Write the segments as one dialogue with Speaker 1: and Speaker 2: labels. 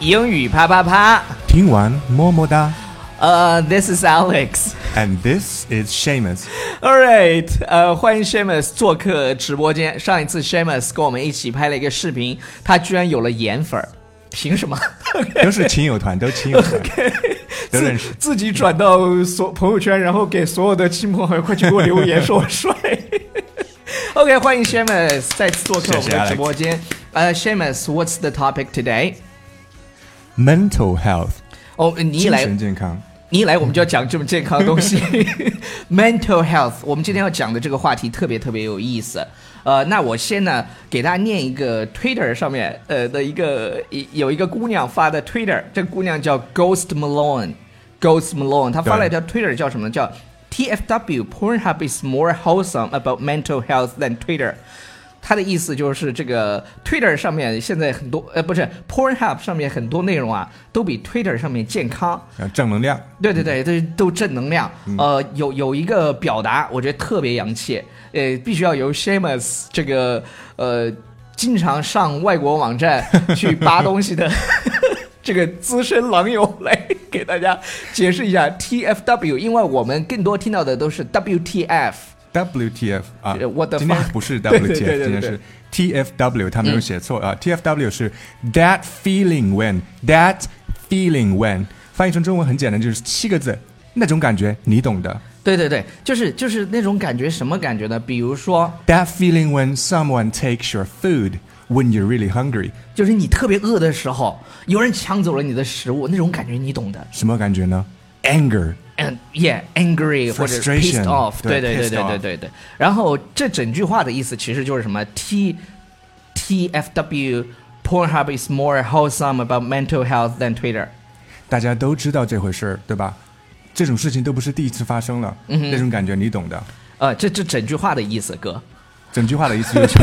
Speaker 1: 英语啪啪啪。
Speaker 2: 听完么么哒
Speaker 1: 呃、t h i s is Alex。
Speaker 2: ，and this is Seamus。
Speaker 1: All right，呃，欢迎 Shamus 做客直播间。上一次 Shamus 跟我们一起拍了一个视频，他居然有了颜粉儿，凭 什么？
Speaker 2: 都是亲友团，都亲 友团，都认识。
Speaker 1: 自己转到所朋友圈，然后给所有的亲朋好友快去给我留言，说我帅。OK，欢迎 Shamus 再次做客我们
Speaker 2: 谢谢
Speaker 1: 的
Speaker 2: Alex
Speaker 1: 直播间。呃、s h a m u s w h a t s the topic today？
Speaker 2: Mental health，
Speaker 1: 哦、你一
Speaker 2: 精
Speaker 1: 来
Speaker 2: 神健康。
Speaker 1: 你一来我们就要讲这么健康的东西，mental health。我们今天要讲的这个话题特别特别有意思。呃，那我先呢给大家念一个 Twitter 上面呃的一个一有一个姑娘发的 Twitter，这个姑娘叫 Ghost Malone，Ghost Malone，她发了一条 Twitter 叫什么呢？叫 TFW Pornhub is more wholesome about mental health than Twitter。他的意思就是，这个 Twitter 上面现在很多，呃，不是 Pornhub 上面很多内容啊，都比 Twitter 上面健康。
Speaker 2: 然后正能量，
Speaker 1: 对对对，这都正能量。呃，有有一个表达，我觉得特别洋气，呃，必须要由 Shamus 这个呃，经常上外国网站 去扒东西的 这个资深狼友来给大家解释一下 TFW，因为我们更多听到的都是 WTF。
Speaker 2: WTF 啊
Speaker 1: 呃，what the
Speaker 2: 今天
Speaker 1: fuck
Speaker 2: 不 是
Speaker 1: 对
Speaker 2: WTF，
Speaker 1: 对对对
Speaker 2: 今
Speaker 1: 对
Speaker 2: 天是 TFW，他没有写错啊。TFW 是 That feeling when That feeling when 翻译成中文很简单，就是七个字，那种感觉你懂的。
Speaker 1: 对对对，就是就是那种感觉，什么感觉呢？比如说，
Speaker 2: That feeling when someone takes your food when you're really hungry，
Speaker 1: 就是你特别饿的时候，有人抢走了你的食物，那种感觉你懂的。
Speaker 2: 什么感觉呢？Anger。
Speaker 1: and yeah angry 或者 pissed
Speaker 2: Frustration，
Speaker 1: off，对对对
Speaker 2: 对 pissed
Speaker 1: 对
Speaker 2: off
Speaker 1: 对对对。然后这整句话的意思其实就是什么 T T F W Pornhub is more wholesome about mental health than Twitter。
Speaker 2: 大家都知道这回事儿，对吧？这种事情都不是第一次发生了，
Speaker 1: 嗯
Speaker 2: 那种感觉你懂的。
Speaker 1: 呃，这这整句话的意思，哥，
Speaker 2: 整句话的意思就是，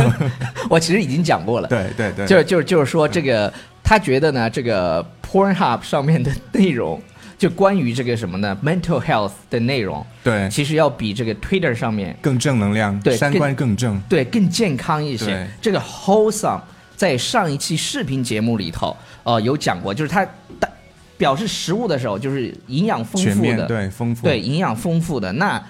Speaker 1: 我其实已经讲过了。
Speaker 2: 对对对，
Speaker 1: 就就就是说，这个他觉得呢，这个 Pornhub 上面的内容，就关于这个什么呢，mental health 的内容，
Speaker 2: 对
Speaker 1: 其实要比这个 Twitter 上面
Speaker 2: 更正能量，
Speaker 1: 对
Speaker 2: 三
Speaker 1: 更
Speaker 2: 观更正。
Speaker 1: 对，更健康一些
Speaker 2: 对。
Speaker 1: 这个 wholesome 在上一期视频节目里头，呃，有讲过，就是它它表示食物的时候，就是营养丰
Speaker 2: 全
Speaker 1: 富
Speaker 2: 面
Speaker 1: 的，
Speaker 2: 对丰富，
Speaker 1: 对，营养丰富的。那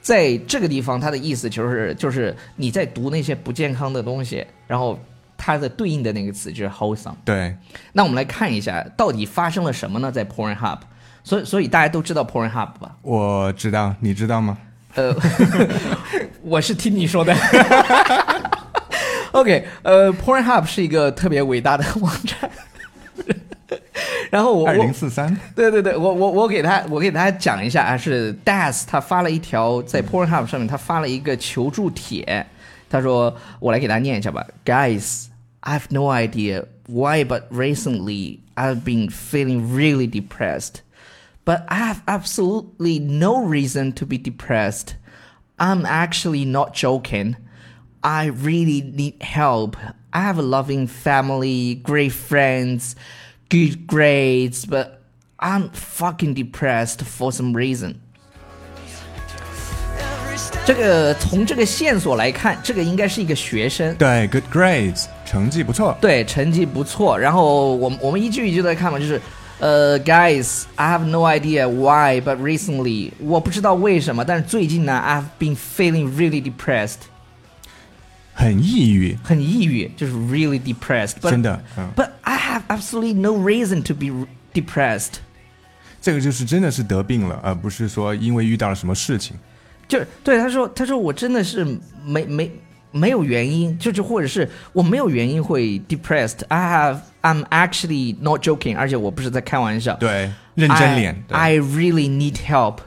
Speaker 1: 在这个地方，它的意思就是就是你在读那些不健康的东西，然后它的对应的那个词就是 wholesome。
Speaker 2: 对
Speaker 1: 那我们来看一下，到底发生了什么呢？在 Pornhub，所以所以大家都知道 Pornhub 吧？
Speaker 2: 我知道，你知道吗？
Speaker 1: 呃，我是听你说的。OK，呃，Pornhub 是一个特别伟大的网站。然后我
Speaker 2: 二
Speaker 1: 我
Speaker 2: 零四三，
Speaker 1: 对对对，我我我给他我给大家讲一下啊，是 Das 他发了一条在 Pornhub 上面他发了一个求助帖，他说我来给大家念一下吧，Guys, I have no idea why, but recently I've been feeling really depressed, but I have absolutely no reason to be depressed. I'm actually not joking. I really need help. I have a loving family, great friends, good grades, but I'm fucking depressed for some reason. 这个从这个线索来看，这个应该是一个学生，
Speaker 2: 对，good grades，成绩不错。
Speaker 1: 对，成绩不错。然后我们我们一句一句的看嘛，就是，呃，guys，I have no idea why，but recently，我不知道为什么，但是最近呢，I've been feeling really depressed，
Speaker 2: 很抑郁，
Speaker 1: 很抑郁，就是 really depressed。
Speaker 2: 真的嗯
Speaker 1: ，but I have absolutely no reason to be depressed。
Speaker 2: 这个就是真的是得病了，而不是说因为遇到了什么事情。
Speaker 1: 就是对他说，他说我真的是没没没有原因，就是或者是我没有原因会 depressed。I have I'm actually not joking，而且我不是在开玩笑。
Speaker 2: 对，认真脸，对
Speaker 1: I, I really need help。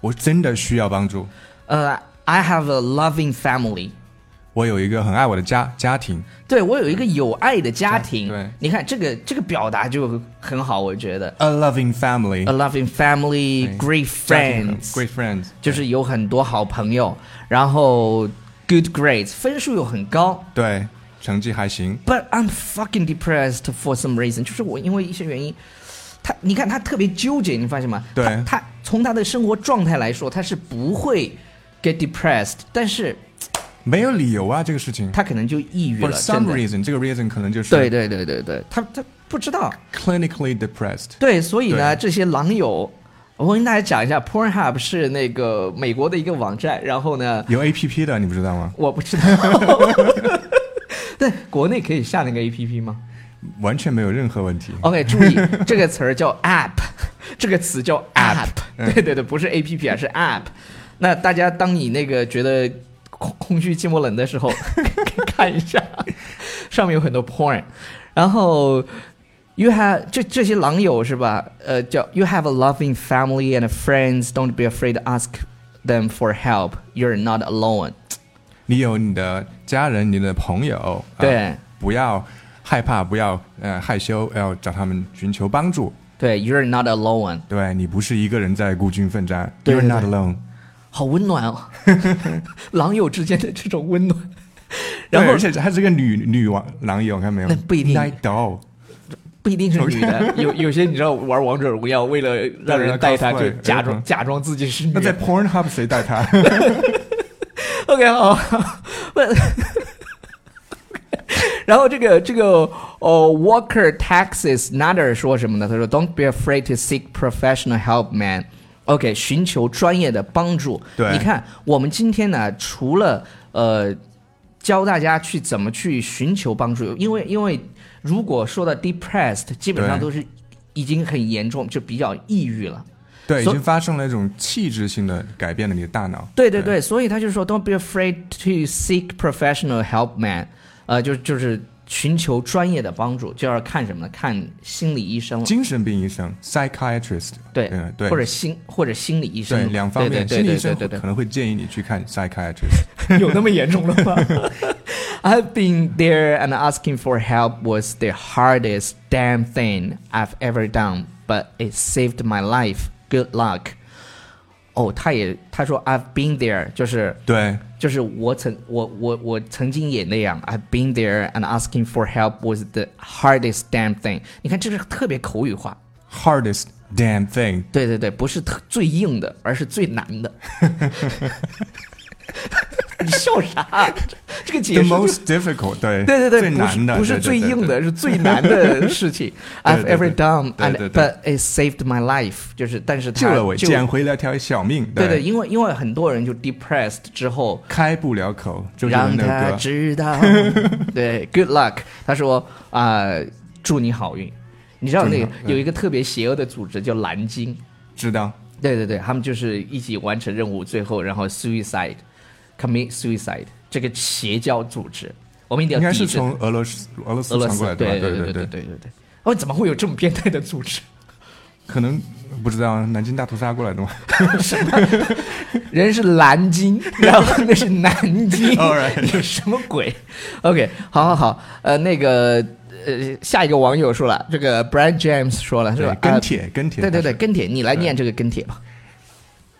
Speaker 2: 我真的需要帮助。
Speaker 1: 呃、i have a loving family
Speaker 2: 我有一个很爱我的家家庭，
Speaker 1: 对。我有一个有爱的家庭。
Speaker 2: 对
Speaker 1: 你看这个这个表达就很好，我觉得。
Speaker 2: A loving family,
Speaker 1: A loving family,
Speaker 2: 对
Speaker 1: great
Speaker 2: 家庭很
Speaker 1: friends，
Speaker 2: great friends，
Speaker 1: 就是有很多好朋友，然后 good grades，分数又很高。
Speaker 2: 对，成绩还行。
Speaker 1: But I'm fucking depressed for some reason，就是我因为一些原因，他你看他特别纠结，你发现吗？
Speaker 2: 对
Speaker 1: 他他从他的生活状态来说，他是不会 get depressed，但是
Speaker 2: 没有理由啊，这个事情。
Speaker 1: 他可能就抑郁
Speaker 2: For
Speaker 1: 了，真
Speaker 2: some
Speaker 1: 的。
Speaker 2: reason，这个 reason 可能就是
Speaker 1: 对对对对对，他他不知道。
Speaker 2: clinically depressed。
Speaker 1: 对，所以呢，
Speaker 2: 对
Speaker 1: 这些狼友，我跟大家讲一下，Pornhub 是那个美国的一个网站，然后呢，
Speaker 2: 有 A P P 的，你不知道吗？
Speaker 1: 我不知道， 对，国内可以下那个 APP 吗
Speaker 2: 完全没有任何问题。
Speaker 1: ？OK，注意 这个词儿叫 App，这 个词叫
Speaker 2: App，嗯
Speaker 1: App，对对对，不是 APP 啊，是 App。那大家当你那个觉得空空虚、寂寞、冷的时候， 看一下，上面有很多 porn，然后 you have 这这些狼友是吧？呃，叫 you have a loving family and friends. Don't be afraid to ask them for help. You're not alone.
Speaker 2: 你有你的家人，你的朋友，啊
Speaker 1: 对
Speaker 2: 不要害怕，不要呃害羞，要找他们寻求帮助。
Speaker 1: 对，you're not alone.
Speaker 2: 对你不是一个人在孤军奋战
Speaker 1: 对
Speaker 2: ，You're
Speaker 1: 对
Speaker 2: not
Speaker 1: 对
Speaker 2: alone。
Speaker 1: 好温暖 哦，狼友之间的这种温暖。
Speaker 2: 对
Speaker 1: 然后
Speaker 2: 而且她是个女女王狼友，看没有
Speaker 1: 那？不一定
Speaker 2: Night Owl
Speaker 1: 不一定是女的， 有有些你知道玩王者荣耀，为了让人带她，
Speaker 2: 让
Speaker 1: 就
Speaker 2: 人 cosplay，
Speaker 1: 假
Speaker 2: 嗯
Speaker 1: 装假装自己是女
Speaker 2: 那在
Speaker 1: 的。
Speaker 2: Pornhub 谁 带她？
Speaker 1: OK，好，不。然后这个这个哦，Walker Texas Nader 说什么呢？他说：“Don't be afraid to seek professional help, man. OK，寻求专业的帮助。
Speaker 2: 对
Speaker 1: 你看我们今天呢，除了呃教大家去怎么去寻求帮助，因为因为如果说到 depressed，基本上
Speaker 2: 对
Speaker 1: 都是已经很严重，就比较抑郁了。
Speaker 2: 对，已
Speaker 1: 所
Speaker 2: 经发生了一种器质性的改变了你的大脑。
Speaker 1: 对对对，所以他就说，Don't be afraid to seek professional help, man。呃，就就是寻求专业的帮助，就要看什么呢？看心理医生了。
Speaker 2: 精神病医生 psychiatrist，
Speaker 1: 嗯对
Speaker 2: 嗯对，
Speaker 1: 或者心或者心理医生
Speaker 2: 对两方面，
Speaker 1: 对
Speaker 2: 心理
Speaker 1: 对
Speaker 2: 医生
Speaker 1: 对对对
Speaker 2: 可能会建议你去看 psychiatrist。
Speaker 1: 对，有那么严重了吗 ？I've been there and asking for help was the hardest damn thing I've ever done, but it saved my life. Good luck. 哦，他也他说 I've been there，就是
Speaker 2: 对，
Speaker 1: 就是我曾我我我曾经也那样，I've been there and asking for help was the hardest damn thing。你看，这是特别口语化。
Speaker 2: hardest damn thing。
Speaker 1: 对对对，不是特最硬的，而是最难 的。你笑啥？这这个解
Speaker 2: The
Speaker 1: 释就
Speaker 2: most difficult，对
Speaker 1: 对对对，
Speaker 2: 最
Speaker 1: 不是
Speaker 2: 难的，
Speaker 1: 不是
Speaker 2: 对
Speaker 1: 最硬，
Speaker 2: 对对
Speaker 1: 的，是最难的事情
Speaker 2: 对对
Speaker 1: I've
Speaker 2: 对
Speaker 1: ever done
Speaker 2: 对
Speaker 1: and
Speaker 2: 对对
Speaker 1: but it saved my life。就是，但是它
Speaker 2: 救了我，
Speaker 1: 就
Speaker 2: 捡回了条小命。
Speaker 1: 对对，，因为因为很多人就 depressed 之后，
Speaker 2: 开不了口，周杰
Speaker 1: 让
Speaker 2: 伦的
Speaker 1: 他
Speaker 2: 歌。
Speaker 1: 知 道。对，Good luck。他说啊、祝你好运。你知道那
Speaker 2: 祝你
Speaker 1: 个
Speaker 2: 好嗯运
Speaker 1: 有一个特别邪恶的组织叫蓝鲸，
Speaker 2: 知道，
Speaker 1: 对对对，他们就是一起完成任务，最后然后 suicide commit suicide 这个邪教组织，我们一定
Speaker 2: 应
Speaker 1: 要
Speaker 2: 该
Speaker 1: 抵
Speaker 2: 是
Speaker 1: 制。
Speaker 2: 从俄罗斯俄罗斯
Speaker 1: 俄罗
Speaker 2: 传
Speaker 1: 斯
Speaker 2: 过来，的吧？
Speaker 1: 对
Speaker 2: 对
Speaker 1: 对
Speaker 2: 对
Speaker 1: 对，对对。哦，怎么会有这么变态的组织？
Speaker 2: 可能不知道南京大屠杀过来的吗
Speaker 1: 人是蓝鲸，然后那是南京
Speaker 2: All right
Speaker 1: 你什么鬼？OK，好好好，呃，那个呃，下一个网友说了，这个 Brian James 说了，是吧
Speaker 2: 对，？跟帖跟帖，
Speaker 1: 呃，对对对，
Speaker 2: 他是。
Speaker 1: 跟帖，你来
Speaker 2: 对
Speaker 1: 念这个跟帖吧。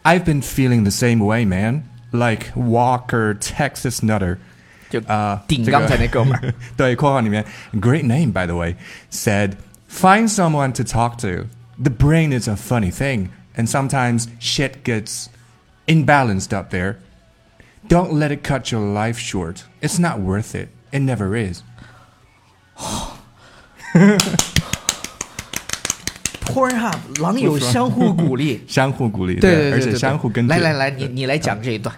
Speaker 2: I've been feeling the same way, man. Like Walker Texas Nutter.
Speaker 1: 就
Speaker 2: 啊，
Speaker 1: 顶
Speaker 2: 这
Speaker 1: 刚
Speaker 2: 个
Speaker 1: 才那 哥们儿，
Speaker 2: 对，括号里面，great name by the way said, find someone to talk to. The brain is a funny thing, and sometimes shit gets imbalanced up there. Don't let it cut your life short. It's not worth it. It never is.，
Speaker 1: 坡上狼友相互鼓励
Speaker 2: 相互鼓励，
Speaker 1: 对对对，
Speaker 2: 而
Speaker 1: 对
Speaker 2: 且
Speaker 1: 对
Speaker 2: 相互跟
Speaker 1: 来
Speaker 2: 进。
Speaker 1: 来来，你你来讲这一 段。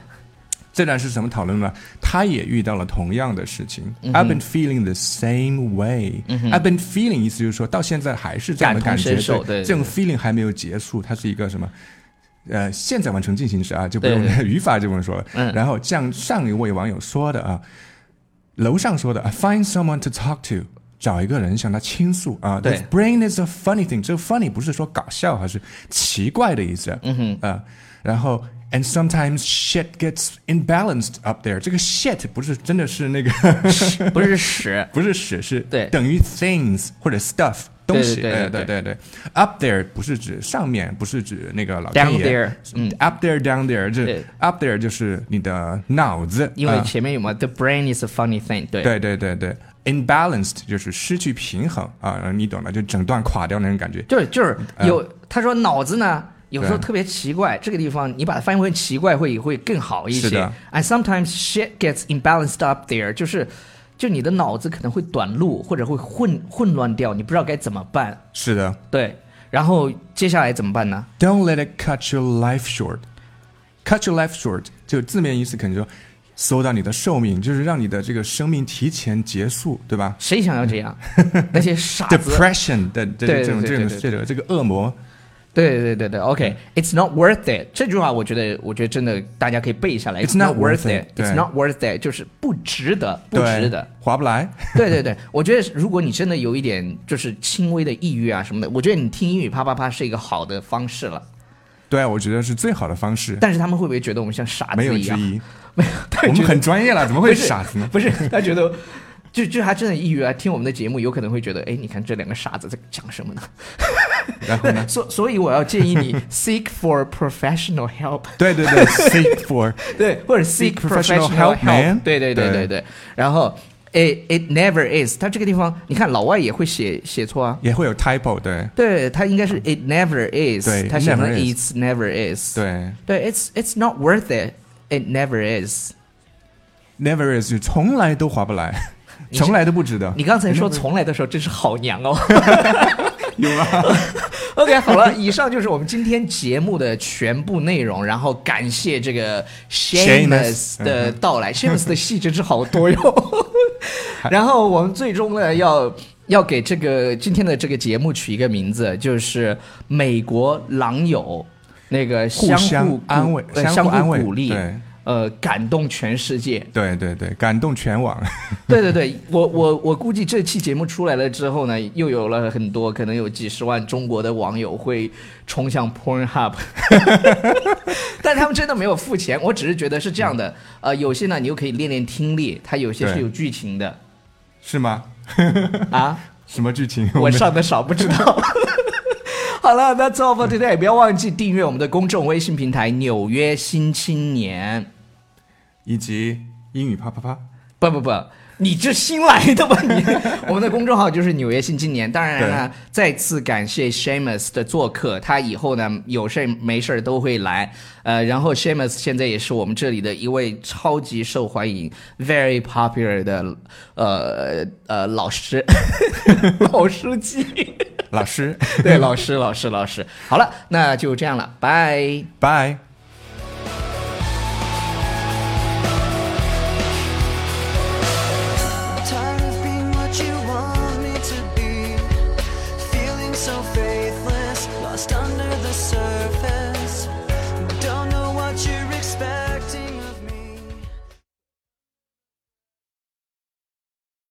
Speaker 2: 这段是什么讨论呢？他也遇到了同样的事情。I've
Speaker 1: 嗯
Speaker 2: been feeling the same way、I've been feeling 意思就是说到现在还是这样的
Speaker 1: 感
Speaker 2: 感
Speaker 1: 同
Speaker 2: 觉，
Speaker 1: 身受对对
Speaker 2: 这种 feeling 还没有结束，它是一个什么？呃，现在完成进行时啊，就不用
Speaker 1: 对
Speaker 2: 语法就不用说了。
Speaker 1: 嗯
Speaker 2: 然后像上一位网友说的啊，楼上说的啊，find someone to talk to，找一个人向他倾诉啊。
Speaker 1: 对
Speaker 2: This brain is a funny thing，这个 funny 不是说搞笑，还是奇怪的意思。嗯哼，啊，然后 and sometimes shit gets imbalanced up there，这个 shit 不是真的是那个
Speaker 1: 不是屎，
Speaker 2: 不是屎，是
Speaker 1: 对
Speaker 2: 等于 things 或者 stuff 东西，
Speaker 1: 对对
Speaker 2: 哎
Speaker 1: 对对
Speaker 2: 对对对，up there 不是指上面，不是指那个老
Speaker 1: Down
Speaker 2: 天爷
Speaker 1: there，嗯
Speaker 2: ，up there down there
Speaker 1: 对
Speaker 2: 这 up there 就是你的脑子，
Speaker 1: 因为
Speaker 2: 啊
Speaker 1: 前面有嘛，The brain is a funny thing，对
Speaker 2: 对对对对，imbalanced 就是失去平衡啊，你懂的，就整段垮掉那种感觉。
Speaker 1: 就是就是
Speaker 2: 嗯
Speaker 1: 有，他说脑子呢，有时候
Speaker 2: 对
Speaker 1: 特别奇怪，这个地方你把它翻译为奇怪会会更好一
Speaker 2: 是
Speaker 1: 些
Speaker 2: 的。
Speaker 1: And sometimes shit gets imbalanced up there，就是就你的脑子可能会短路，或者会混混乱掉，你不知道该怎么办。
Speaker 2: 是的。
Speaker 1: 对，然后接下来怎么办呢？
Speaker 2: Don't let it cut your life short. Cut your life short 就字面意思可能就缩短你的寿命，就是让你的这个生命提前结束，对吧
Speaker 1: 谁想要这 样？那些傻子。
Speaker 2: ？Depression 的这
Speaker 1: 对
Speaker 2: 这种这
Speaker 1: 对对
Speaker 2: 种
Speaker 1: 对
Speaker 2: 这种这个恶魔，
Speaker 1: 对对对对，OK，It's、not worth it。这句话我觉得，我觉得真的大家可以背下来。
Speaker 2: It's not worth it，对
Speaker 1: It's not worth it，就是不值得，不值
Speaker 2: 对
Speaker 1: 得。，
Speaker 2: 划不来。
Speaker 1: 对对对，我觉得如果你真的有一点就是轻微的抑郁啊什么的，我觉得你听英语啪啪啪是一个好的方式了。
Speaker 2: 对，我觉得是最好的方式，
Speaker 1: 但是他们会不会觉得我们像傻子
Speaker 2: 没有
Speaker 1: 一
Speaker 2: 之
Speaker 1: 样？
Speaker 2: 一。
Speaker 1: 没有，他
Speaker 2: 我
Speaker 1: 觉
Speaker 2: 们
Speaker 1: 得
Speaker 2: 很专业了，怎么会
Speaker 1: 不是
Speaker 2: 傻子呢？
Speaker 1: 不是 他觉得。就就他真的抑郁啊，听我们的节目有可能会觉得，哎，你看这两个傻子在讲什么呢？？
Speaker 2: 然后呢
Speaker 1: 所所以我要建议你 seek for professional help，
Speaker 2: 对对对，seek for
Speaker 1: 对，或者 seek
Speaker 2: Seek professional help, man
Speaker 1: 对对对对
Speaker 2: 对
Speaker 1: 对。然后 it it never is，他这个地方你看老外也会写写错啊，
Speaker 2: 也会有 typo，对
Speaker 1: 对，它应该是 it never is，
Speaker 2: 对
Speaker 1: 它写成
Speaker 2: never
Speaker 1: it's never is，
Speaker 2: 对
Speaker 1: 对，it's it's not worth it，it never is。
Speaker 2: ，never is 就从来都划不来，
Speaker 1: 你是
Speaker 2: 从来都不值得，
Speaker 1: 你刚才说从来的时候，真是好娘哦。
Speaker 2: 有 吗？
Speaker 1: OK，好了，以上就是我们今天节目的全部内容。然后感谢这个 Shamus
Speaker 2: Seamus
Speaker 1: 的到来，Shamus 的戏真是好多哟。然后我们最终呢，要要给这个今天的这个节目取一个名字，就是美国狼友那个
Speaker 2: 互
Speaker 1: 相
Speaker 2: 相
Speaker 1: 互
Speaker 2: 安慰
Speaker 1: 呃
Speaker 2: 相
Speaker 1: 相
Speaker 2: 互安慰
Speaker 1: 鼓励
Speaker 2: 对，
Speaker 1: 呃，感动全世界。
Speaker 2: 对对对，感动全网。
Speaker 1: 对对对， 我我我估计这期节目出来了之后呢，又有了很多可能有几十万中国的网友会冲向 Pornhub，但他们真的没有付钱，我只是觉得是这样的，呃，有些呢你又可以练练听力，它有些是
Speaker 2: 对
Speaker 1: 有剧情的
Speaker 2: 是吗？
Speaker 1: 啊，
Speaker 2: 什么剧情？
Speaker 1: 我
Speaker 2: 们
Speaker 1: 上的少不知道。 好了，That's all for today，不要忘记订阅我们的公众微信平台《纽约新青年》。
Speaker 2: 以及英语啪啪啪。
Speaker 1: 不不不，你这新来的吧你？ 我们的公众号就是《纽约新青年》。当然了，再次感谢 Shamus 的做客，他以后呢有事儿没事儿都会来。呃，然后 Shamus 现在也是我们这里的一位超级受欢迎、very popular 的呃呃老师， 老书记。
Speaker 2: 老师，
Speaker 1: 对，老师，老师，老师。好了，那就这样了，拜。
Speaker 2: 拜。